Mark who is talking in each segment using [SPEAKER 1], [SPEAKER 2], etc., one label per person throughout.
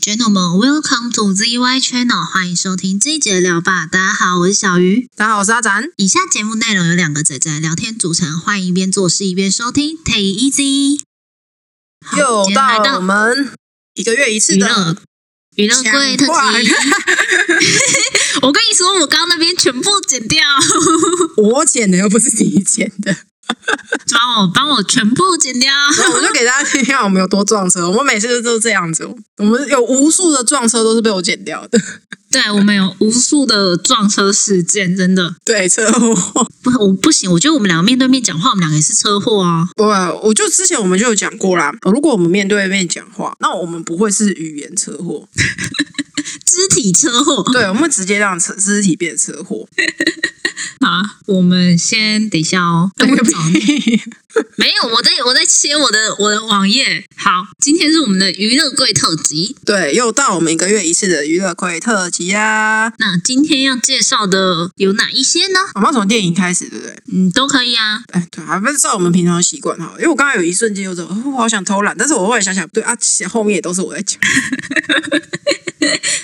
[SPEAKER 1] gentlemen, welcome to ZY Channel，欢迎收听这一节聊吧。大家好，我是小鱼。
[SPEAKER 2] 大家好，我是阿展。
[SPEAKER 1] 以下节目内容由两个仔仔聊天组成，欢迎一边做事一边收听，Take it easy。好
[SPEAKER 2] 又
[SPEAKER 1] 今天来
[SPEAKER 2] 到我
[SPEAKER 1] 到
[SPEAKER 2] 们一个月一次
[SPEAKER 1] 娱
[SPEAKER 2] 的
[SPEAKER 1] 乐娱乐柜特
[SPEAKER 2] 抢话
[SPEAKER 1] 辑。 我跟你说，我刚刚那边全部剪掉，
[SPEAKER 2] 我剪的又不是你剪的，
[SPEAKER 1] 帮我帮我全部剪掉。
[SPEAKER 2] 然后我就给大家听听看我们有多撞车。我们每次都是这样子，我们有无数的撞车都是被我剪掉的。
[SPEAKER 1] 对我们有无数的撞车事件，真的
[SPEAKER 2] 对，车祸。
[SPEAKER 1] 不，我不行。我觉得我们两个面对面讲话，我们两个也是车祸啊。
[SPEAKER 2] 不，我就之前我们就有讲过啦。如果我们面对面讲话，那我们不会是语言车 祸，
[SPEAKER 1] 肢体车祸
[SPEAKER 2] 对，我们会直接让车肢体变 车祸。
[SPEAKER 1] 啊！我们先等一下哦，
[SPEAKER 2] 那
[SPEAKER 1] 我
[SPEAKER 2] 个
[SPEAKER 1] 找
[SPEAKER 2] 屁！
[SPEAKER 1] 没有，我在我在切我的我的网页。好，今天是我们的娱乐柜特辑。
[SPEAKER 2] 对，又到我们一个月一次的娱乐会特辑啊！
[SPEAKER 1] 那今天要介绍的有哪一些呢？
[SPEAKER 2] 我们要从电影开始，对不对？
[SPEAKER 1] 嗯，都可以啊。
[SPEAKER 2] 哎，对啊，还是照我们平常的习惯哈。因为我刚刚有一瞬间有种、哦我好想偷懒，但是我后来想想，对啊，其实后面也都是我在讲。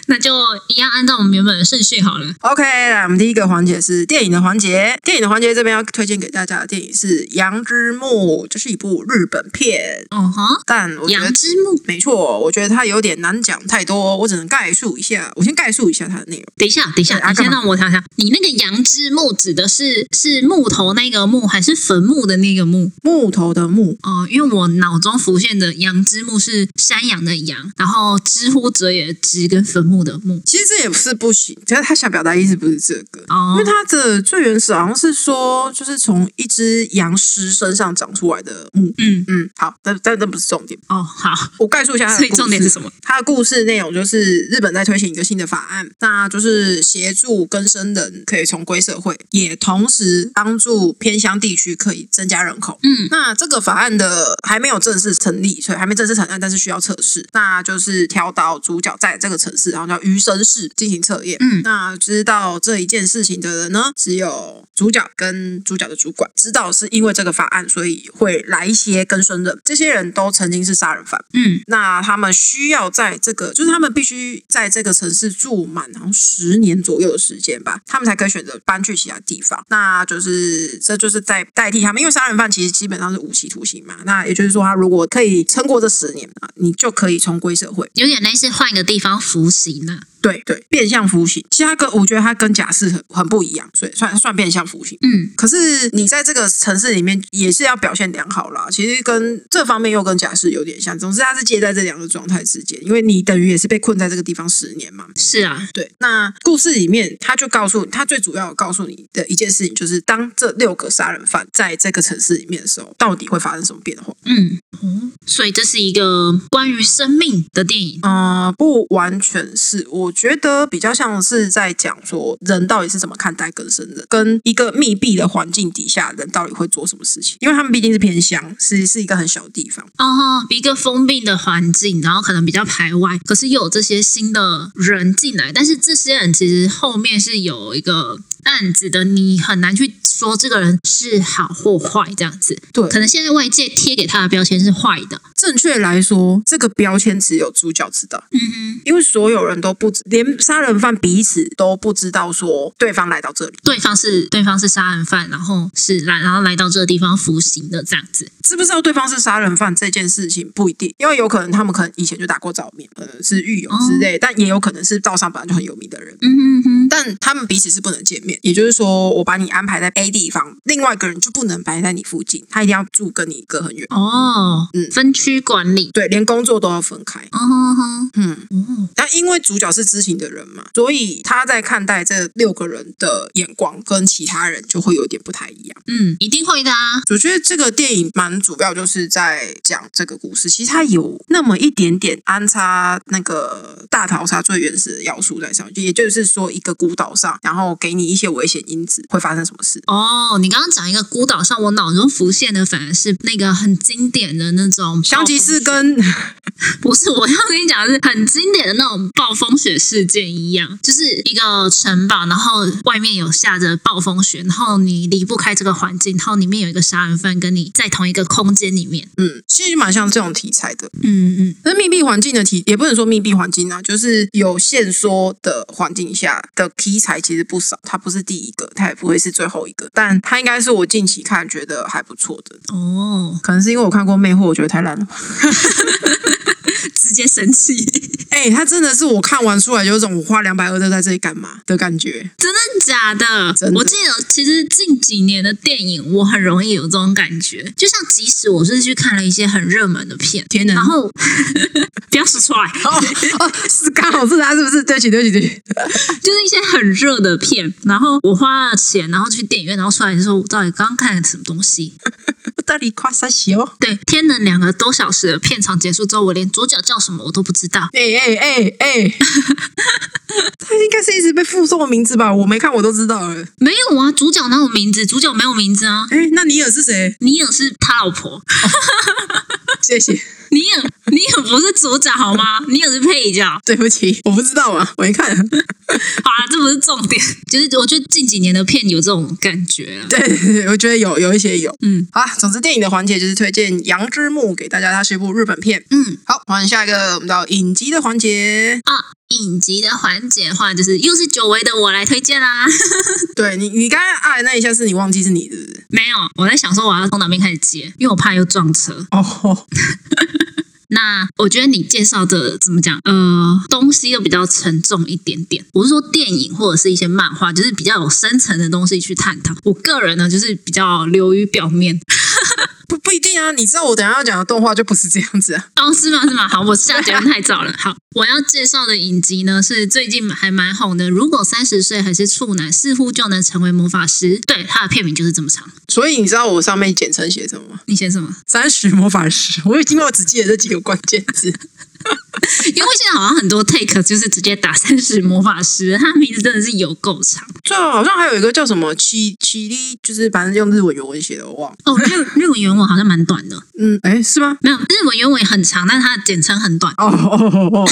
[SPEAKER 1] 那就一样按照我们原本的顺序好了。
[SPEAKER 2] OK，来，我们第一个环节是电影的环节。电影的环节这边要推荐给大家的电影是《羊之墓》，这是一部日本片，
[SPEAKER 1] 哦哈，
[SPEAKER 2] 但我觉得
[SPEAKER 1] 杨之木，
[SPEAKER 2] 没错，我觉得它有点难讲太多，我只能概述一下。我先概述一下它的内容。
[SPEAKER 1] 等一下，等一下，
[SPEAKER 2] 对啊
[SPEAKER 1] 你先
[SPEAKER 2] 干嘛
[SPEAKER 1] 让我想想，你那个杨之木指的是是木头那个木，还是坟墓的那个木？
[SPEAKER 2] 木头的木，
[SPEAKER 1] 哦，因为我脑中浮现的杨之木是山羊的羊，然后知乎者也的知跟坟墓的墓。
[SPEAKER 2] 其实这也不是不行，但是他想表达意思不是这个。因
[SPEAKER 1] 哦
[SPEAKER 2] 为，它的最原始好像是说，就是从一只羊尸身上长出来的木
[SPEAKER 1] 嗯，
[SPEAKER 2] 嗯，好，但但这不是重点。
[SPEAKER 1] 哦，好，
[SPEAKER 2] 我概述一下它的
[SPEAKER 1] 所以
[SPEAKER 2] 故事
[SPEAKER 1] 重点是什么？
[SPEAKER 2] 它的故事内容就是日本在推行一个新的法案，那就是协助更生人可以重归社会，也同时帮助偏乡地区可以增加人口。
[SPEAKER 1] 嗯，
[SPEAKER 2] 那这个法案的还没有正式成立，所以还没正式成案，但是需要测试，那就是挑到主角在这个城市，然后叫余生市进行测验。
[SPEAKER 1] 嗯
[SPEAKER 2] 那知道这一件事情的人呢，只有主角跟主角的主管知道，是因为这个法案，所以会来一些跟生人，这些人都曾经是杀人犯。
[SPEAKER 1] 嗯，
[SPEAKER 2] 那他们需要在这个，就是他们必须在这个城市住满，然后十年左右的时间吧，他们才可以选择搬去其他地方。那就是这就是在代替他们，因为杀人犯其实基本上是无期徒刑嘛。那也就是说，他如果可以撑过这十年啊，你就可以重归社会。
[SPEAKER 1] 有点类似换一个地方服刑啦、
[SPEAKER 2] 对对，变相服刑。其实他跟我觉得他跟假释很很不一样，所以算算变相服刑。
[SPEAKER 1] 嗯，
[SPEAKER 2] 可是你在这个城市里面也是要表现良好啦，其实跟这方面又跟假释有点像。总之，它是介在这两个状态之间，因为你等于也是被困在这个地方十年嘛。
[SPEAKER 1] 是啊，
[SPEAKER 2] 对，那故事里面他就告诉你，他最主要告诉你的一件事情就是，当这六个杀人犯在这个城市里面的时候，到底会发生什么变化？
[SPEAKER 1] 嗯，哦，所以这是一个关于生命的电影。
[SPEAKER 2] 呃，不完全是，我觉得比较像是在讲说人到底是怎么看待更生的，跟一个密闭的环境底下人到底会做什么事情，因为他们毕竟是偏乡，是是一个很小的地方。
[SPEAKER 1] 哦，一个封闭的环境，然后可能比较排外，可是又有这些新的人进来，但是这些人其实后面是有一个案子的，你很难去说这个人是好或坏这样子。
[SPEAKER 2] 对
[SPEAKER 1] 可能现在外界贴给他的标签是坏的。
[SPEAKER 2] 正确来说，这个标签只有主角知道，
[SPEAKER 1] 嗯哼，
[SPEAKER 2] 因为所有人都不知，连杀人犯彼此都不知道说对方来到这里
[SPEAKER 1] 对方是对方是杀人犯，然后是来然后来到这个地方服刑的这样子。
[SPEAKER 2] 知不知道对方是杀人犯这件事情不一定，因为有可能他们可能以前就打过照面，可能是狱友
[SPEAKER 1] 哦
[SPEAKER 2] 之类，但也有可能是道上本来就很有名的人。
[SPEAKER 1] 嗯哼哼，
[SPEAKER 2] 但他们彼此是不能见面，也就是说，我把你安排在 A 地方，另外一个人就不能待在你附近，他一定要住跟你隔很远。
[SPEAKER 1] 哦，
[SPEAKER 2] 嗯
[SPEAKER 1] 分区管理。
[SPEAKER 2] 对，连工作都要分开。
[SPEAKER 1] 哦吼吼，
[SPEAKER 2] 嗯，
[SPEAKER 1] 哦，
[SPEAKER 2] 但因为主角是知情的人嘛，所以他在看待这六个人的眼光跟其他人就会有点不太一样。
[SPEAKER 1] 嗯，一定会的啊。
[SPEAKER 2] 我觉得这个电影蛮主要就是在讲这个故事，其实它有那么一点点安插那个大逃杀最原始的要素在上面，就也就是说一个孤岛上，然后给你一些危险因子会发生什么事。
[SPEAKER 1] 哦，你刚刚讲一个孤岛上，我脑中浮现的反而是那个很经典的那种
[SPEAKER 2] 香吉士跟
[SPEAKER 1] 不是我要跟你讲，的是很经典的那种暴风雪事件一样，就是一个城堡，然后外面有下着暴风雪，然后你离不开这个环境，然后里面有一个杀人犯跟你在同一个个空间里面。
[SPEAKER 2] 嗯，其实蛮像这种题材的。
[SPEAKER 1] 嗯嗯，
[SPEAKER 2] 那密闭环境的题也不能说密闭环境啊，就是有限缩的环境下的题材其实不少。它不是第一个，它也不会是最后一个，但它应该是我近期看觉得还不错的。
[SPEAKER 1] 哦，
[SPEAKER 2] 可能是因为我看过《魅惑》，我觉得太烂了吧。
[SPEAKER 1] 直接生气，
[SPEAKER 2] 哎、它真的是我看完出来有一种我花两百二都在这里干嘛的感觉。
[SPEAKER 1] 真的假的？
[SPEAKER 2] 真的
[SPEAKER 1] 我记得其实近几年的电影，我很容易有这种感觉，就像即使我是去看了一些很热门的片，
[SPEAKER 2] 天哪
[SPEAKER 1] 然后 不要说出来，
[SPEAKER 2] 哦哦，是刚好是他是不是？对不起，对不起，对不 起。
[SPEAKER 1] 就是一些很热的片，然后我花了钱，然后去电影院，然后出来的时候，我到底刚刚看了什么东西？
[SPEAKER 2] 不得里夸三小。
[SPEAKER 1] 对，天冷两个多小时的片场结束之后，我连主角叫什么我都不知道。
[SPEAKER 2] 哎哎哎哎， 他应该是一直被附送的名字吧？我没看，我都知道了。
[SPEAKER 1] 没有啊，主角哪有名字？主角没有名字啊。
[SPEAKER 2] 哎、那尼尔是谁？
[SPEAKER 1] 尼尔是他老婆，
[SPEAKER 2] 谢谢。
[SPEAKER 1] 尼尔尼尔不是主角好吗？尼尔是配角。
[SPEAKER 2] 对不起，我不知道啊，我没看。
[SPEAKER 1] 好啦，这不是重点，就是我觉得近几年的片有这种感觉啊。
[SPEAKER 2] 对对对， 我觉得有有一些有。
[SPEAKER 1] 嗯
[SPEAKER 2] 好啊，总之电影的环节就是推荐《羊之墓》给大家，它是一部日本片。
[SPEAKER 1] 嗯
[SPEAKER 2] 好，换下一个我们到影集的环节。
[SPEAKER 1] 啊，影集的环节的话，就是又是久违的我来推荐啦。
[SPEAKER 2] 对你，你刚刚按那一下是你忘记是你的。
[SPEAKER 1] 没有，我在想说我要从哪边开始接，因为我怕又撞车。
[SPEAKER 2] 哦，
[SPEAKER 1] 那我觉得你介绍的怎么讲？呃，东西又比较沉重一点点。我是说电影或者是一些漫画，就是比较有深层的东西去探讨。我个人呢，就是比较流于表面。
[SPEAKER 2] 不不一定啊，你知道我等一下要讲的动画就不是这样子 啊。
[SPEAKER 1] 哦，是吗？是吗？好，我下结论太早了。好，我要介绍的影集呢是最近还蛮红的。如果三十岁还是处男，似乎就能成为魔法师。对，它的片名就是这么长。
[SPEAKER 2] 所以你知道我上面简称写什么吗？
[SPEAKER 1] 你写什么？
[SPEAKER 2] 三十魔法师，我已经我只记得这几个关键 字。
[SPEAKER 1] 因为现在好像很多 take 就是直接打三十魔法师，它名字真的是有够长。
[SPEAKER 2] 最后啊好像还有一个叫什么奇奇力，就是反正用日文原文写的，我忘了。
[SPEAKER 1] 哦，日日文原文好像蛮短的，
[SPEAKER 2] 嗯，哎，是吗？
[SPEAKER 1] 没有日文原文也很长，但它的简称很短。
[SPEAKER 2] 哦哦哦哦，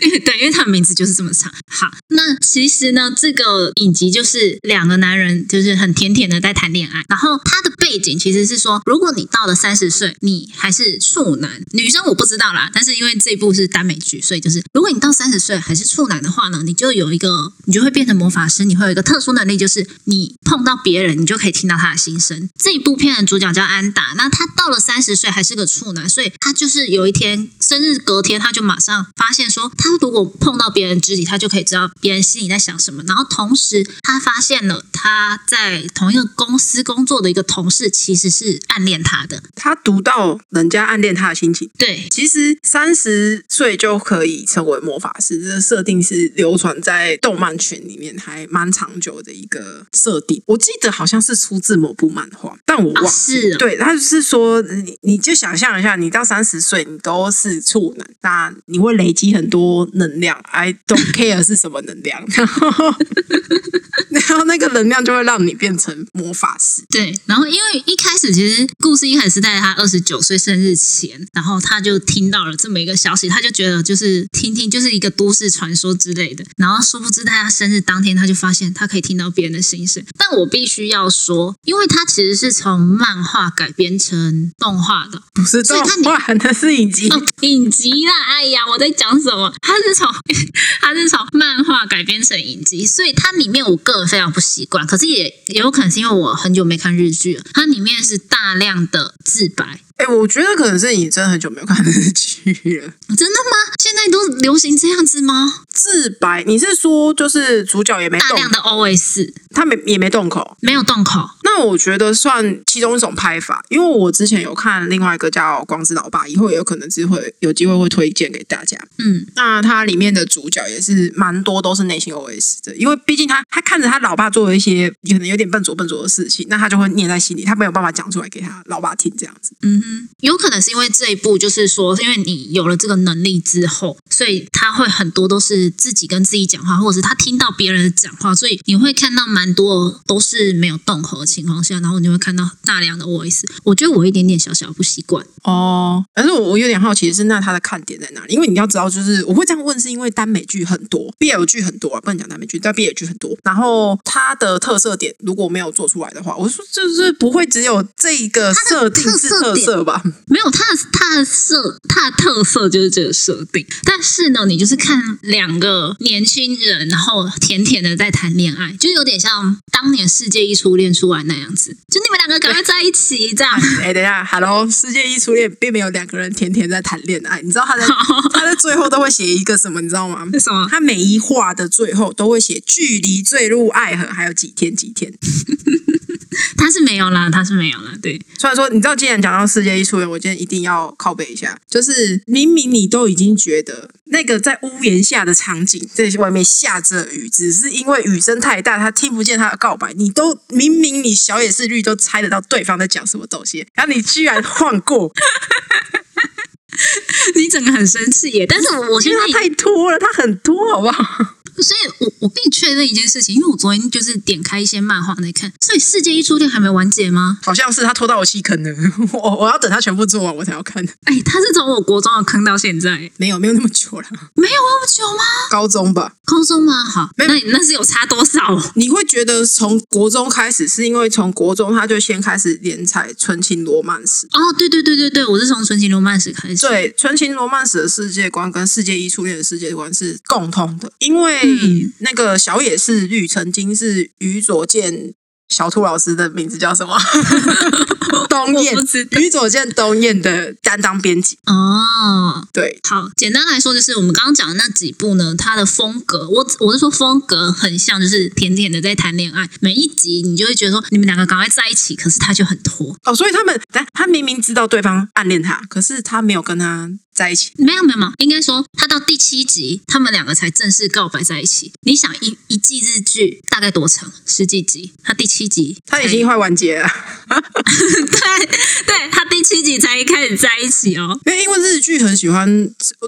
[SPEAKER 1] 因为 对，因为他的名字就是这么长。好，那其实呢，这个影集就是两个男人就是很甜甜的在谈恋爱，然后他的背景其实是说，如果你到了三十岁，你还是处男，女生我不知道啦，但是因为这部是耽美剧，所以就是如果你到三十岁还是处男的话呢，你就有一个，你就会变成魔法师，你会有一个特殊能力，就是你碰到别人，你就可以听到他的心声。这一部片的主角叫安达，那他到了三十岁还是个处男，所以他就是有一天生日隔天，他就马上发现说，他如果碰到别人肢体，他就可以知道别人心里在想什么。然后同时，他发现了他在同一个公司工作的一个同事其实是暗恋他的。
[SPEAKER 2] 他读到人家暗恋他的心情。
[SPEAKER 1] 对，
[SPEAKER 2] 其实三十岁就可以成为魔法师，这个设定是流传在动漫圈里面还蛮长久的一个设定。我记得好像是出自某部漫画，但我忘
[SPEAKER 1] 啊
[SPEAKER 2] 了。
[SPEAKER 1] 是哦，
[SPEAKER 2] 对，他就是说，你你就想象一下，你到三十岁，你都是处男，那你会累积很多能量。I don't care 是什么能量， 然后然后那个能量就会让你变成魔法师。
[SPEAKER 1] 对，然后因为一开始其实故事一开始是在他二十九岁生日前，然后他就听到了这么一个消息，他就觉得就是听听就是一个都市传说之类的，然后殊不知在他生日当天，他就发现他可以听到别人的心声。但我必须要说，因为他其实是从漫画改编成动画的，
[SPEAKER 2] 不是
[SPEAKER 1] 所
[SPEAKER 2] 动
[SPEAKER 1] 以他
[SPEAKER 2] 画，那是影集。
[SPEAKER 1] 哦，影集啦！哎呀，我在讲什么？它是从 它是从漫画改编成影集，所以它里面我个人非常不习惯。可是也也有可能是因为我很久没看日剧了，它里面是大量的自白。
[SPEAKER 2] 哎、我觉得可能是你真的很久没有看日剧了。
[SPEAKER 1] 真的吗？现在都流行这样子吗？
[SPEAKER 2] 自白，你是说就是主角也没
[SPEAKER 1] 大
[SPEAKER 2] 动，
[SPEAKER 1] 量的 OS
[SPEAKER 2] 他没也没动口？
[SPEAKER 1] 没有动口，
[SPEAKER 2] 那我觉得算其中一种拍法，因为我之前有看另外一个叫《光之老爸》，以后也有可能是会有机会会推荐给大家。
[SPEAKER 1] 嗯，
[SPEAKER 2] 那它里面的主角也是蛮多都是内心 OS 的，因为毕竟他他看着他老爸做了一些可能有点笨拙笨拙的事情，那他就会念在心里，他没有办法讲出来给他老爸听这样子。
[SPEAKER 1] 有可能是因为这一部，就是说，因为你有了这个能力之后，所以他会很多都是自己跟自己讲话，或者是他听到别人的讲话，所以你会看到蛮多都是没有动口的情况下，然后你会看到大量的 voice。我觉得我有一点点小小不习惯，
[SPEAKER 2] 哦，但是我我有点好奇的是，那它的看点在哪里？因为你要知道，就是我会这样问，是因为耽美剧很多，BL 剧很多啊，不能讲耽美剧，但 BL 剧很多。然后它的特色点如果没有做出来的话，我说就是不会只有这一个设定是
[SPEAKER 1] 它的特色
[SPEAKER 2] 特
[SPEAKER 1] 点
[SPEAKER 2] 色吧？
[SPEAKER 1] 没有它的它的色它的特色就是这个设定，但是呢，你就是看两个年轻人，然后甜甜的在谈恋爱，就有点像当年《世界一初恋》出来那样子，就你们两个赶快在一起这样。
[SPEAKER 2] 哎，等一下，Hello，世界一初恋并没有两个人甜甜在谈恋爱，你知道 他在他在最后都会写一个什么，你知道吗？
[SPEAKER 1] 是什么？
[SPEAKER 2] 他每一话的最后都会写距离坠入爱河还有几天几天。
[SPEAKER 1] 他是没有啦，他是没有啦，对。
[SPEAKER 2] 虽然说，你知道，既然讲到世界一出人，我今天一定要拷贝一下，就是明明你都已经觉得那个在屋檐下的场景，这外面下着雨，只是因为雨声太大，他听不见他的告白，你都明明你小野是绿都猜得到对方在讲什么东西，然后你居然晃过，
[SPEAKER 1] 你整个很生气耶，但是我我现
[SPEAKER 2] 因为
[SPEAKER 1] 在
[SPEAKER 2] 他太拖了，他很拖，好不好？
[SPEAKER 1] 所以我我可以确认一件事情，因为我昨天就是点开一些漫画来看，所以《世界一初恋》还没完结吗？
[SPEAKER 2] 好像是他拖到我弃坑了， 我我要等他全部做完我才要看，
[SPEAKER 1] 哎，他是从我国中的坑到现在，
[SPEAKER 2] 没有没有那么久了，
[SPEAKER 1] 没有那么久吗？
[SPEAKER 2] 高中吧。
[SPEAKER 1] 高中吗？好，
[SPEAKER 2] 没
[SPEAKER 1] 那
[SPEAKER 2] 有
[SPEAKER 1] 你那是有差多少？
[SPEAKER 2] 你会觉得从国中开始，是因为从国中他就先开始连载《纯情罗曼史》。
[SPEAKER 1] 哦，对对对对对，我是从《纯情罗曼史》开始。
[SPEAKER 2] 对，《纯情罗曼史》的世界观跟《世界一初恋》的世界观是共通的，因为
[SPEAKER 1] 嗯
[SPEAKER 2] 那个小野寺律曾经是宇佐健小兔老师的名字叫 什么？东
[SPEAKER 1] 我
[SPEAKER 2] 彦
[SPEAKER 1] 不知，道
[SPEAKER 2] 宇佐健东彦的担当编辑。
[SPEAKER 1] 哦，
[SPEAKER 2] 对，
[SPEAKER 1] 好，简单来说就是我们刚刚讲的那几部呢，它的风格，我我是说风格很像，就是甜甜的在谈恋爱。每一集你就会觉得说你们两个赶快在一起，可是他就很拖。
[SPEAKER 2] 哦，所以他们，但他明明知道对方暗恋他，可是他没有跟他在一起。
[SPEAKER 1] 没有没有没有，应该说他到第七集，他们两个才正式告白在一起。你想一一季日剧大概多长？十几集？他第七集
[SPEAKER 2] 他已
[SPEAKER 1] 才
[SPEAKER 2] 经快完结了。
[SPEAKER 1] 对对，他第七集才开始在一起哦。
[SPEAKER 2] 因为因为日剧很喜欢，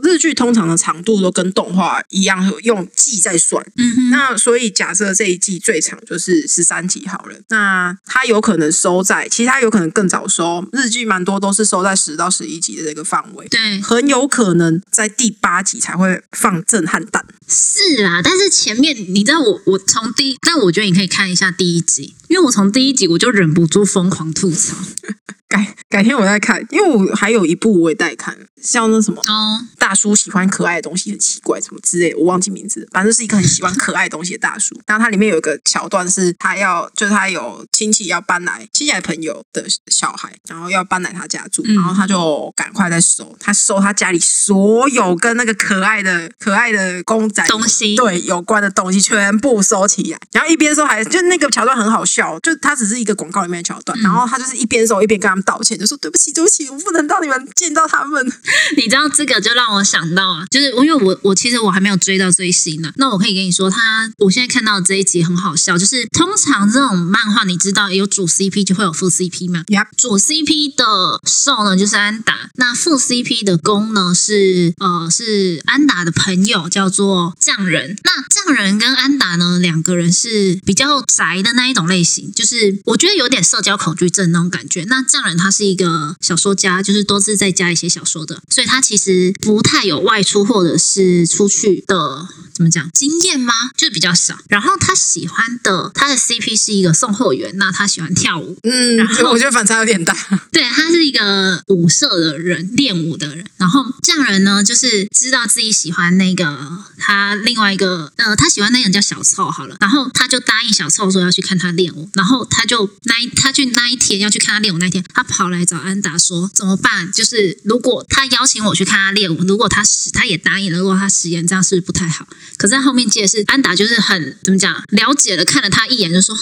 [SPEAKER 2] 日剧通常的长度都跟动画一样，用季在算。
[SPEAKER 1] 嗯哼，
[SPEAKER 2] 那所以假设这一季最长就是十三集好了，那它有可能收在，其实它有可能更早收，日剧蛮多都是收在十到十一集的这个范围。
[SPEAKER 1] 对，
[SPEAKER 2] 很有可能在第八集才会放震撼弹，
[SPEAKER 1] 是啦，但是前面你知道我我从第，但我觉得你可以看一下第一集，因为我从第一集我就忍不住疯狂吐槽
[SPEAKER 2] 改改天我再看，因为我还有一部我也带看，像那什么
[SPEAKER 1] 哦。
[SPEAKER 2] 大叔喜欢可爱的东西很奇怪，什么之类，我忘记名字了，反正是一个很喜欢可爱的东西的大叔。然后它里面有一个桥段是他要，就是他有亲戚要搬来，亲戚还朋友的小孩，然后要搬来他家住，
[SPEAKER 1] 嗯
[SPEAKER 2] 然后他就赶快在收，他收他家里所有跟那个可爱的可爱的公仔
[SPEAKER 1] 东西
[SPEAKER 2] 对有关的东西全部收起来，然后一边收还就那个桥段很好笑，就它只是一个广告里面的桥
[SPEAKER 1] 嗯
[SPEAKER 2] 段，然后他就是一边收一边跟他们道歉，就说对不起对不起，我不能让你们见到他们。
[SPEAKER 1] 你知道这个就让我想到啊，就是因为我我其实我还没有追到最新的，那我可以跟你说，他我现在看到这一集很好笑，就是通常这种漫画你知道有主 CP 就会有副 CP 嘛，
[SPEAKER 2] Yep
[SPEAKER 1] 主 CP 的受呢就是安达，那副 CP 的攻呢是呃是安达的朋友叫做匠人。那匠人跟安达呢两个人是比较宅的那一种类型，就是我觉得有点社交恐惧症那种感觉。那匠人他是一个小说家，就是都是在家里写小说的，所以他其实不太有外出或者是出去的怎么讲经验吗？就是比较少。然后他喜欢的他的 CP 是一个送货员，那他喜欢跳舞，
[SPEAKER 2] 嗯，我觉得反差有点大。
[SPEAKER 1] 对，他是一个舞社的人，练舞的人。然后匠人呢，就是知道自己喜欢那个他另外一个呃，他喜欢那个人叫小凑好了，然后他就答应小凑说要去看他练舞，然后他就那一他去那一天要去看他练舞那一天，他跑来找安达说怎么办？就是如果他邀请我去看他练舞，如果他食他也答应了，如果他食言，这样是不是不太好？可是他后面接的是安达，就是很怎么讲，了解了，看了他一眼就说啊，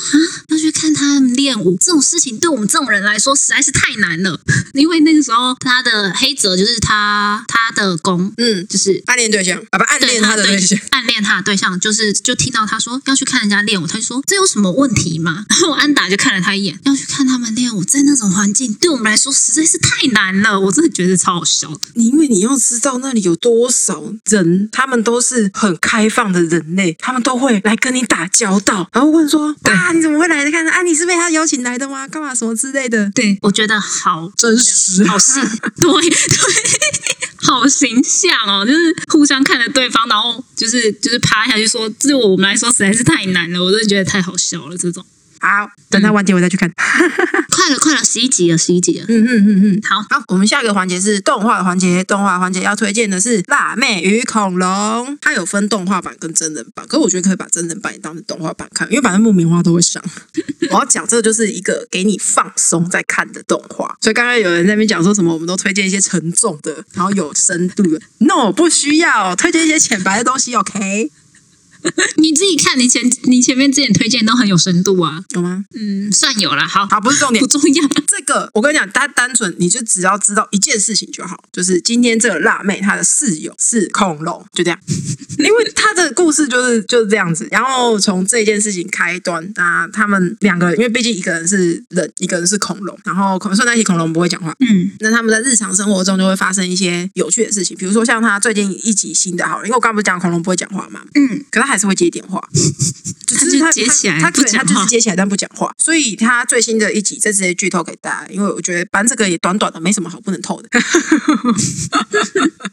[SPEAKER 1] 要去看他们练武这种事情，对我们这种人来说实在是太难了。因为那个时候他的黑泽就是他他的公，
[SPEAKER 2] 嗯，
[SPEAKER 1] 就是
[SPEAKER 2] 暗恋对象，啊不，暗
[SPEAKER 1] 对
[SPEAKER 2] 恋他的对象，
[SPEAKER 1] 暗恋他的对象，就是就听到他说要去看人家练舞，他就说这有什么问题吗？ 然后安达就看了他一眼，要去看他们练舞，在那种环境对我们来说实在是太难了，我真的觉得超好笑的。
[SPEAKER 2] 你因为你要知道那里有多少人，他们都是很开放的人类，他们都会来跟你打交道，然后问说
[SPEAKER 1] 对
[SPEAKER 2] 啊你怎么会来的？看啊你是被他邀请来的吗？干嘛什么之类的，
[SPEAKER 1] 对，我觉得好
[SPEAKER 2] 真实
[SPEAKER 1] 好形， 对对，好形象哦，就是互相看着对方，然后就是就是趴下去说，这对我们来说实在是太难了，我真的觉得太好笑了。这种
[SPEAKER 2] 好，等他晚点我再去看。
[SPEAKER 1] 快了快了，十一集了，十一集了。
[SPEAKER 2] 嗯嗯嗯嗯。
[SPEAKER 1] 好，
[SPEAKER 2] 好，我们下一个环节是动画的环节。动画环节要推荐的是《辣妹与恐龙》，它有分动画版跟真人版，可是我觉得可以把真人版也当成动画版看，因为反正木棉花都会上。 我要讲这个就是一个给你放松在看的动画，所以刚刚有人在那边讲说什么，我们都推荐一些沉重的，然后有深度的。No，不需要推荐一些浅白的东西，OK？
[SPEAKER 1] 你自己看，你前你前面之前推荐都很有深度啊，
[SPEAKER 2] 有吗？
[SPEAKER 1] 嗯，算有啦，好，
[SPEAKER 2] 好，不是重点
[SPEAKER 1] 不，重要。
[SPEAKER 2] 这个我跟你讲，他单纯你就只要知道一件事情就好，就是今天这个辣妹她的室友是恐龙，就这样。 因为她的故事就是就是这样子，然后从这件事情开端，那他们两个人，因为毕竟一个人是人，一个人是恐龙，然后可能算在一起，恐龙不会讲话，
[SPEAKER 1] 嗯，
[SPEAKER 2] 那他们在日常生活中就会发生一些有趣的事情，比如说像他最近一集新的好了，因为我刚刚不是讲恐龙不会讲话嘛，
[SPEAKER 1] 嗯，
[SPEAKER 2] 可他还是会接 电话，就
[SPEAKER 1] 他
[SPEAKER 2] 是
[SPEAKER 1] 就
[SPEAKER 2] 他
[SPEAKER 1] 接起来
[SPEAKER 2] 他
[SPEAKER 1] 不
[SPEAKER 2] 对他
[SPEAKER 1] 讲
[SPEAKER 2] 就
[SPEAKER 1] 话
[SPEAKER 2] 是接起来但不讲话，所以他最新的一集这直接剧透给大家，因为我觉得搬这个也短短的，没什么好不能透 的。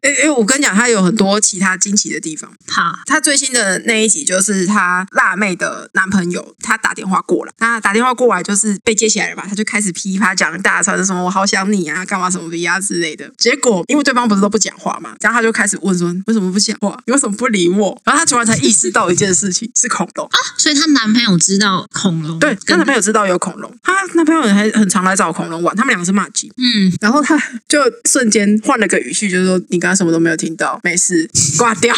[SPEAKER 2] 因为因为我跟你讲，他有很多其他惊奇的地方。
[SPEAKER 1] 好，
[SPEAKER 2] 他最新的那一集就是他辣妹的男朋友，他打电话过来，他打电话过来就是被接起来了嘛，他就开始噼啪讲一大串什么我好想你啊，干嘛什么的呀之类的。结果因为对方不是都不讲话嘛，然后他就开始问说为什么不讲话，你为什么不理我？然后他突然才意识到一件事情，是恐龙。
[SPEAKER 1] 所以她男朋友知道恐龙，
[SPEAKER 2] 对，她
[SPEAKER 1] 跟
[SPEAKER 2] 男朋友知道有恐龙，她男朋友还很常来找恐龙玩，他们两个是骂鸡。
[SPEAKER 1] 嗯，
[SPEAKER 2] 然后他就瞬间换了个语气，就是说你刚刚什么都没有听到，没事，挂掉。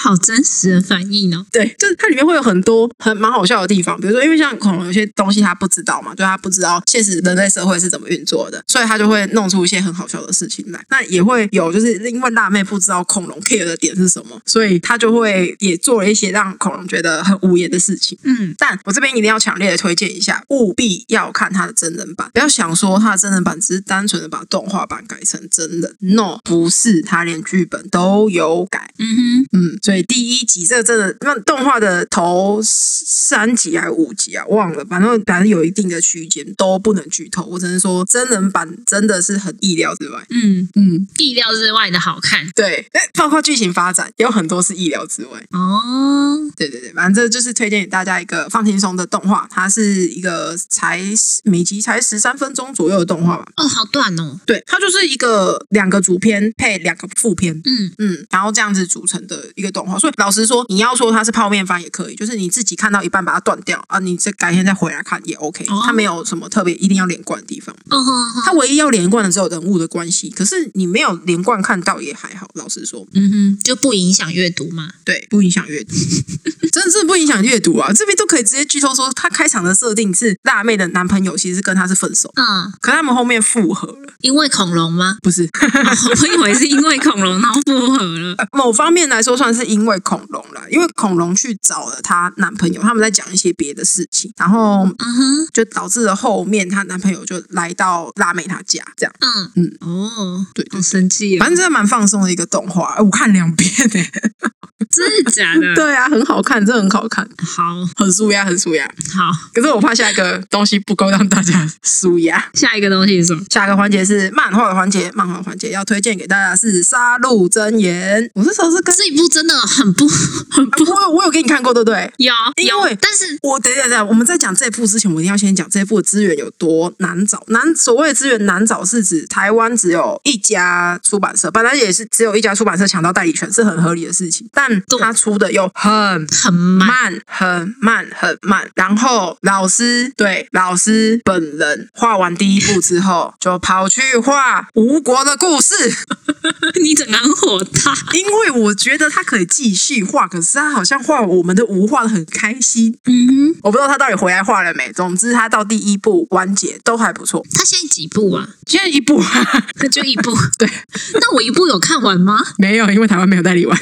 [SPEAKER 1] 好真实的反应哦。
[SPEAKER 2] 对，就是它里面会有很多很蛮好笑的地方，比如说，因为像恐龙有些东西它不知道嘛，就它不知道现实人类社会是怎么运作的，所以它就会弄出一些很好笑的事情来。那也会有，就是因为辣妹不知道恐龙 care 的点是什么，所以她就会也做了一些让恐龙觉得很无言的事情。
[SPEAKER 1] 嗯，
[SPEAKER 2] 但我这边一定要强烈的推荐一下，务必要看它的真人版，不要想说它的真人版只是单纯的把动画版改成真人，no，不是，它连剧本都有改。
[SPEAKER 1] 嗯哼，
[SPEAKER 2] 嗯，所以第一集这个真的，那动画的头三集还是五集啊，忘了，反正反正有一定的区间都不能剧透。我只能说，真人版真的是很意料之外。
[SPEAKER 1] 嗯，
[SPEAKER 2] 嗯，
[SPEAKER 1] 意料之外的好看
[SPEAKER 2] 对，哎包括剧情发展有很多是意料之外。
[SPEAKER 1] 哦。
[SPEAKER 2] 对对对，反正这就是推荐给大家一个放轻松的动画，它是一个才10每集才十三分钟左右的动画吧。
[SPEAKER 1] 哦，好短哦。
[SPEAKER 2] 对，它就是一个两个主篇配两个副篇，
[SPEAKER 1] 嗯
[SPEAKER 2] 嗯，然后这样子组成的一个动画。所以老实说，你要说它是泡面番也可以，就是你自己看到一半把它断掉啊，你这改天再回来看也 OK，、
[SPEAKER 1] 哦
[SPEAKER 2] 它没有什么特别一定要连贯的地方。
[SPEAKER 1] 哦哦，
[SPEAKER 2] 它
[SPEAKER 1] 哦
[SPEAKER 2] 唯一要连贯的只有人物的关系，可是你没有连贯看到也还好。老实说，
[SPEAKER 1] 嗯哼，就不影响阅读嘛。
[SPEAKER 2] 对，不影响阅读， 真的是不影响阅读啊！这边都可以直接剧透说，他开场的设定是辣妹的男朋友其实跟她是分手，
[SPEAKER 1] 嗯，
[SPEAKER 2] 可他们后面复合了，？
[SPEAKER 1] 因为恐龙吗
[SPEAKER 2] 不是？
[SPEAKER 1] 哦 我以为是因为恐龙然后复合了。
[SPEAKER 2] 某方面来说，算是因为恐龙啦，因为恐龙去找了她男朋友，他们在讲一些别的事情，然后
[SPEAKER 1] 嗯哼，
[SPEAKER 2] 就导致了后面她男朋友就来到辣妹她家，这样，
[SPEAKER 1] 嗯
[SPEAKER 2] 嗯，
[SPEAKER 1] 哦，
[SPEAKER 2] 对对
[SPEAKER 1] 好生气哦
[SPEAKER 2] 反，正真的蛮放松的一个动画，我看两遍呢、
[SPEAKER 1] 真的假的？
[SPEAKER 2] 对啊，很好看，真的很好看，
[SPEAKER 1] 好
[SPEAKER 2] 很舒压，很舒压。
[SPEAKER 1] 好，
[SPEAKER 2] 可是我怕下一个东西不够让大家舒压。
[SPEAKER 1] 下一个东西是什么？
[SPEAKER 2] 下一个环节是漫画的环节，漫画的环节要推荐给大家是《杀戮真言》。我那时候是跟、
[SPEAKER 1] 这一部真的很不很不
[SPEAKER 2] 我有我有给你看过，对不对？
[SPEAKER 1] 有
[SPEAKER 2] 因
[SPEAKER 1] 有
[SPEAKER 2] 为，
[SPEAKER 1] 但是
[SPEAKER 2] 我等一下等一下，我们在讲这部之前，我一定要先讲这部的资源有多难找。难所谓的资源难找，是指台湾只有一家出版社，本来也是只有一家出版社抢到代理权是很合理的事情，但
[SPEAKER 1] 对
[SPEAKER 2] 他出的又很
[SPEAKER 1] 很慢。
[SPEAKER 2] 慢，很慢，很慢。然后老师对老师本人画完第一部之后，就跑去画吴国的故事，
[SPEAKER 1] 你整个很火大，
[SPEAKER 2] 因为我觉得他可以继续画，可是他好像画我们的无画的很开心。
[SPEAKER 1] 嗯哼，
[SPEAKER 2] 我不知道他到底回来画了没。总之，他到第一部完结都还不错。
[SPEAKER 1] 他现在几部啊？
[SPEAKER 2] 现在一部啊
[SPEAKER 1] 就一部。
[SPEAKER 2] 对，
[SPEAKER 1] 那我一部有看完吗？
[SPEAKER 2] 没有，因为台湾没有代理完。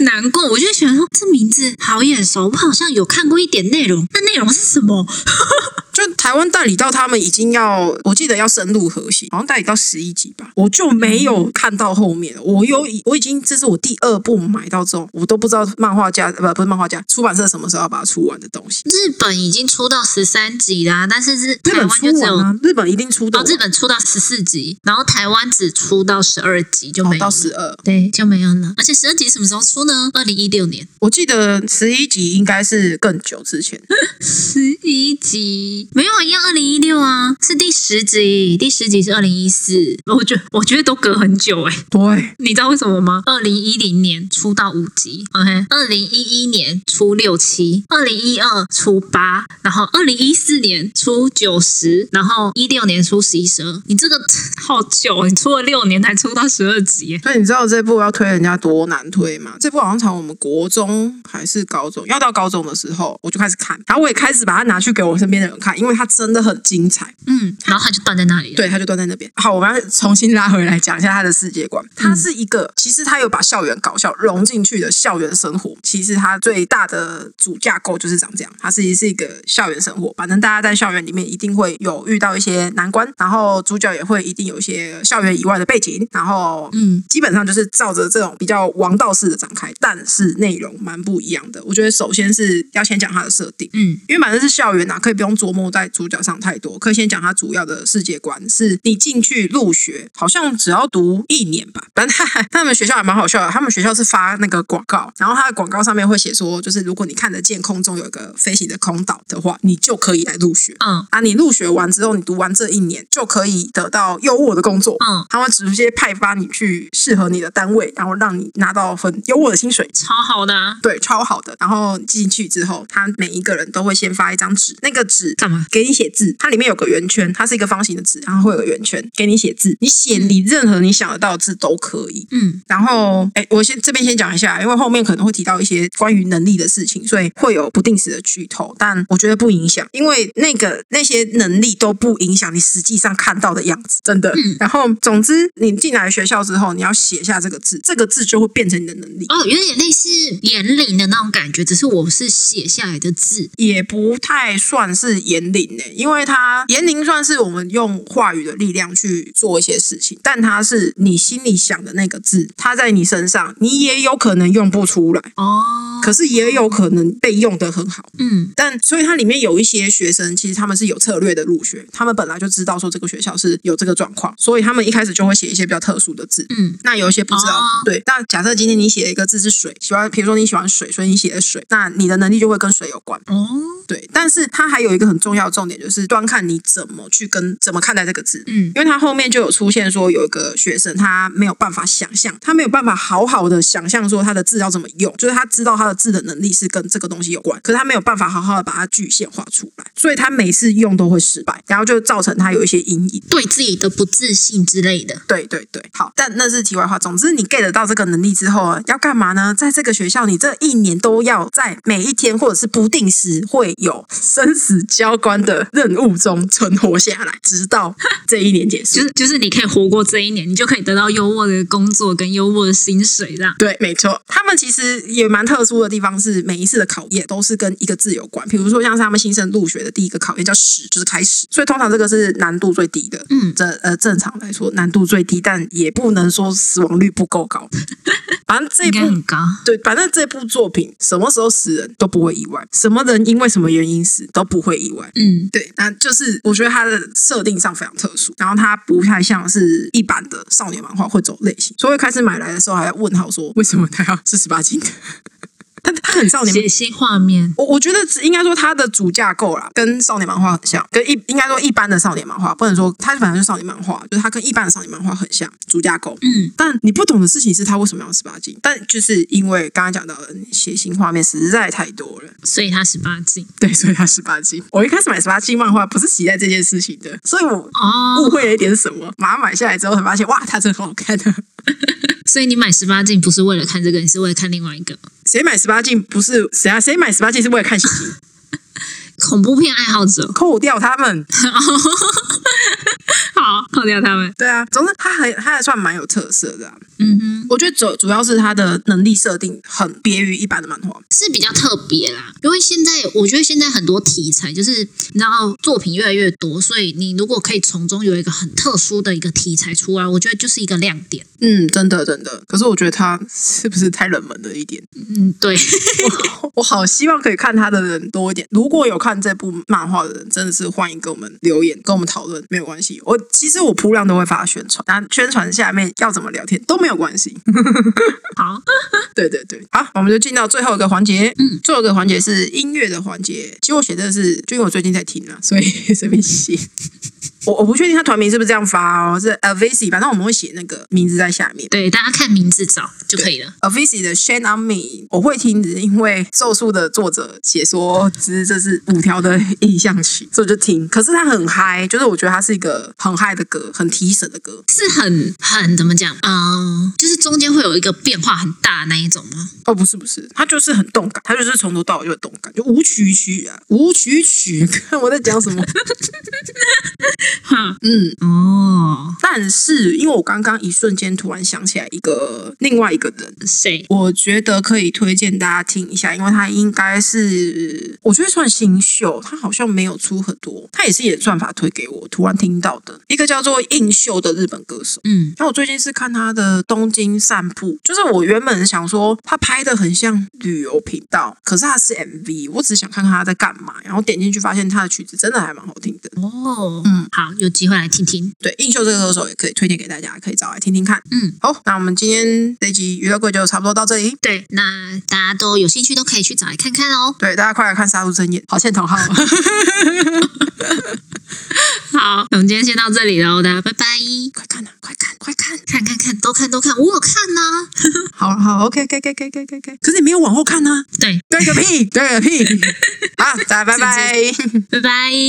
[SPEAKER 1] 难过，我就觉得说这名字好眼熟，我好像有看过一点内容，那内容是什么？
[SPEAKER 2] 就台湾代理到他们已经要，我记得要深入核心，好像代理到十一集吧，我就没有看到后面。我有已，我已经这是我第二部买到这种，我都不知道漫画家呃不不是漫画家，出版社什么时候要把它出完的东西。
[SPEAKER 1] 日本已经出到十三集啦，但是日
[SPEAKER 2] 日
[SPEAKER 1] 台
[SPEAKER 2] 本
[SPEAKER 1] 湾就
[SPEAKER 2] 出
[SPEAKER 1] 只有
[SPEAKER 2] 完啊，日本一定出的
[SPEAKER 1] 哦，日本出到十四集，然后台湾只出到哦十二集就没有
[SPEAKER 2] 哦到
[SPEAKER 1] 了。
[SPEAKER 2] 十二。
[SPEAKER 1] 对，就没有了。而且十二集什么时候出呢？二零一六年
[SPEAKER 2] 我记得十一集应该是更久之前，
[SPEAKER 1] 十一集没有一样，二零一六啊，是第十集，第十集是二零一四。我觉我觉得都隔很久哎、
[SPEAKER 2] 对，
[SPEAKER 1] 你知道为什么吗？二零一零年出到五集，OK，二零一一年出六七，二零一二出八，然后二零一四年出九十，然后一六年出十一十二。你这个好久，你出了六年才出到十二集耶，
[SPEAKER 2] 所以你知道这部要推人家多难推吗？这部好像从我们国中还是高中，要到高中的时候我就开始看，然后我也开始把它拿去给我身边的人看，因为它真的很精彩。
[SPEAKER 1] 嗯，然后它就断在那里了。
[SPEAKER 2] 对，他就蹲在那边。好，我们要重新拉回来讲一下他的世界观。他
[SPEAKER 1] 嗯
[SPEAKER 2] 是一个，其实他有把校园搞笑融进去的校园生活。其实他最大的主架构就是长这样，它其实是一个校园生活。反正大家在校园里面一定会有遇到一些难关，然后主角也会一定有一些校园以外的背景，然后
[SPEAKER 1] 嗯，
[SPEAKER 2] 基本上就是照着这种比较王道式的展开，但是内容蛮不一样的。我觉得首先是要先讲它的设定。
[SPEAKER 1] 嗯
[SPEAKER 2] 因为反正是校园啊，可以不用琢磨在主角上太多，可以先讲他主要的世界观。是你进去入学，好像只要读一年吧。 反正他他们学校还蛮好笑的，他们学校是发那个广告，然后他的广告上面会写说，就是如果你看得见空中有一个飞行的空岛的话，你就可以来入学。
[SPEAKER 1] 嗯
[SPEAKER 2] 啊，你入学完之后，你读完这一年就可以得到优渥的工作，
[SPEAKER 1] 嗯，
[SPEAKER 2] 他会直接派发你去适合你的单位，然后让你拿到很优渥的薪水。
[SPEAKER 1] 超好的、啊，
[SPEAKER 2] 对，超好的。然后进去之后，他每一个人都会先发一张纸，那个纸
[SPEAKER 1] 干嘛？
[SPEAKER 2] 给你写字，它里面有个圆圈，它是一个方形的纸，然后会有个圆圈给你写字，你写你任何你想得到的字都可以。
[SPEAKER 1] 嗯
[SPEAKER 2] 然后，哎，我先这边先讲一下，因为后面可能会提到一些关于能力的事情，所以会有不定时的剧透，但我觉得不影响，因为那个那些能力都不影响你实际上看到的样子，真的。
[SPEAKER 1] 嗯
[SPEAKER 2] 然后，总之你进来学校之后，你要写下这个字，这个字就会变成你的能力。
[SPEAKER 1] 哦，有点类似年龄的那种感觉，只是我是写下来的字。
[SPEAKER 2] 也不太算是言灵呢、因为它言灵算是我们用话语的力量去做一些事情，但它是你心里想的那个字，它在你身上，你也有可能用不出来，
[SPEAKER 1] 哦，
[SPEAKER 2] 可是也有可能被用得很好。
[SPEAKER 1] 嗯
[SPEAKER 2] 但所以它里面有一些学生，其实他们是有策略的入学，他们本来就知道说这个学校是有这个状况，所以他们一开始就会写一些比较特殊的字。
[SPEAKER 1] 嗯
[SPEAKER 2] 那有一些不知道，
[SPEAKER 1] 哦
[SPEAKER 2] 对。那假设今天你写了一个字是水，喜欢，比如说你喜欢水，所以你写的水，那你的能力就会跟水有关。
[SPEAKER 1] 哦
[SPEAKER 2] 对，但是它还有一个很重要的重点，就是端看你怎么去跟怎么看待这个字。
[SPEAKER 1] 嗯
[SPEAKER 2] 因为他后面就有出现说，有一个学生他没有办法想象，他没有办法好好的想象说他的字要怎么用，就是他知道他的字的能力是跟这个东西有关，可是他没有办法好好的把它具现化出来，所以他每次用都会失败，然后就造成他有一些阴影。
[SPEAKER 1] 对自己的不自信之类的。
[SPEAKER 2] 对对对，好，但那是题外话。总之，你 get 到这个能力之后啊，要干嘛呢？在这个学校，你这一年都要在每一天或者是不定时会有生死交关的任务中存活下来，直到这一年结 束
[SPEAKER 1] 就。是就是你可以活过这一年，你就可以得到优渥的工作跟优渥的薪水这样。
[SPEAKER 2] 对，没错，他们其实也蛮特殊的地方是，每一次的考验都是跟一个字有关。比如说，像是他们新生入学的第一个考验叫“始”，就是开始，所以通常这个是难度最低的。
[SPEAKER 1] 嗯
[SPEAKER 2] 这呃正常来说难度最低，但也不能说死亡率不够高。 反正这
[SPEAKER 1] 应该
[SPEAKER 2] 部
[SPEAKER 1] 很高，
[SPEAKER 2] 对，反正这部作品什么时候死人都不会意外，什么人因为什么原因死都不会意外。
[SPEAKER 1] 嗯，
[SPEAKER 2] 对，那就是我觉得它的设定上非常特殊，然后它不太像是一般的少年漫画会走类型，所以我一开始买来的时候还问号说为什么它要是十八禁的， 但它很少年漫
[SPEAKER 1] 血腥画面，
[SPEAKER 2] 我我觉得只应该说它的主架构啦，跟少年漫画很像，跟一应该说一般的少年漫画，不能说它反正是少年漫画，就是它跟一般的少年漫画很像主架构。
[SPEAKER 1] 嗯，
[SPEAKER 2] 但你不懂的事情是它为什么要十八禁，但就是因为刚刚讲到的血腥画面实在太多了，
[SPEAKER 1] 所以它十八禁
[SPEAKER 2] 对，所以它十八禁。我一开始买十八禁漫画不是期待这件事情的，所以我
[SPEAKER 1] 哦
[SPEAKER 2] 啊误。会了一点什么，把它买下来之后才发现，哇，它真的很好看的。
[SPEAKER 1] 所以你买十八禁不是为了看这个，你是为了看另外一个
[SPEAKER 2] 谁买十八禁不是谁啊？谁买十八禁是为了看喜剧？
[SPEAKER 1] 恐怖片爱好者。
[SPEAKER 2] 扣掉他们。
[SPEAKER 1] 好，扣掉他们。
[SPEAKER 2] 对啊，总之他还他还算蛮有特色的啊、
[SPEAKER 1] 嗯哼，
[SPEAKER 2] 我觉得主主要是他的能力设定很别于一般的漫画。
[SPEAKER 1] 是比较特别啦，因为现在我觉得现在很多题材就是你知道作品越来越多，所以你如果可以从中有一个很特殊的一个题材出来，我觉得就是一个亮点。
[SPEAKER 2] 嗯，真的真的。可是我觉得他是不是太冷门了 一点？
[SPEAKER 1] 嗯，对，
[SPEAKER 2] 我我好希望可以看他的人多一点。如果有看这部漫画的人，真的是欢迎跟我们留言，跟我们讨论，没有关系。我其实我铺量都会发宣传，那宣传下面要怎么聊天都没有关系。
[SPEAKER 1] 好，
[SPEAKER 2] 对对对，好，我们就进到最后一个环节。嗯，最后一个环节是音乐的环节。其实我写的是，就因为我最近在听啊，所以 随便写。
[SPEAKER 1] 嗯
[SPEAKER 2] 我我不确定他团名是不是这样发哦，是 Avicii，反正我们会写那个名字在下面。
[SPEAKER 1] 对，大家看名字找就可以了。
[SPEAKER 2] Avicii 的《Shame on Me》，我会听，只是因为《咒术》的作者写说，只是这是五条的印象曲，所以我就听。可是它很嗨，就是我觉得它是一个很嗨的歌，很提神的歌。
[SPEAKER 1] 是很很怎么讲？嗯、就是中间会有一个变化很大的那一种吗？
[SPEAKER 2] 哦，不是不是，它就是很动感，它就是从头到尾就很动感，就舞曲曲啊，舞曲曲。 看我在讲什么？嗯，
[SPEAKER 1] 哦，
[SPEAKER 2] 但是因为我刚刚一瞬间突然想起来一个另外一个人，
[SPEAKER 1] 谁？
[SPEAKER 2] 我觉得可以推荐大家听一下，因为他应该是我觉得算新秀，他好像没有出很多，他也是演算法推给我，突然听到的一个叫做映秀的日本歌手。
[SPEAKER 1] 嗯，
[SPEAKER 2] 那我最近是看他的《东京散步》，就是我原本想说他拍的很像旅游频道，可是他是 MV，我只想看看他在干嘛，然后点进去发现他的曲子真的还蛮好听的。
[SPEAKER 1] 哦，嗯，好，有机会来听听。
[SPEAKER 2] 对，映秀这个歌手也可以推荐给大家，可以找来听听看。
[SPEAKER 1] 嗯，
[SPEAKER 2] 好，那我们今天这一集娱乐柜就差不多到这里。
[SPEAKER 1] 对，那大家都有兴趣都可以去找来看看哦。
[SPEAKER 2] 对，大家快来看《杀戮真眼》，好欠同号。
[SPEAKER 1] 好，那我们今天先到这里喽，大家拜拜。
[SPEAKER 2] 快看呐、快看，快看！啊
[SPEAKER 1] 看看看，都看都看，我有看呢、
[SPEAKER 2] 好了好，OK，OK，OK，OK，OK，OK、可是你没有往后看呢、啊
[SPEAKER 1] 对，
[SPEAKER 2] 对个屁，对个屁！好，大家拜拜。
[SPEAKER 1] 拜拜。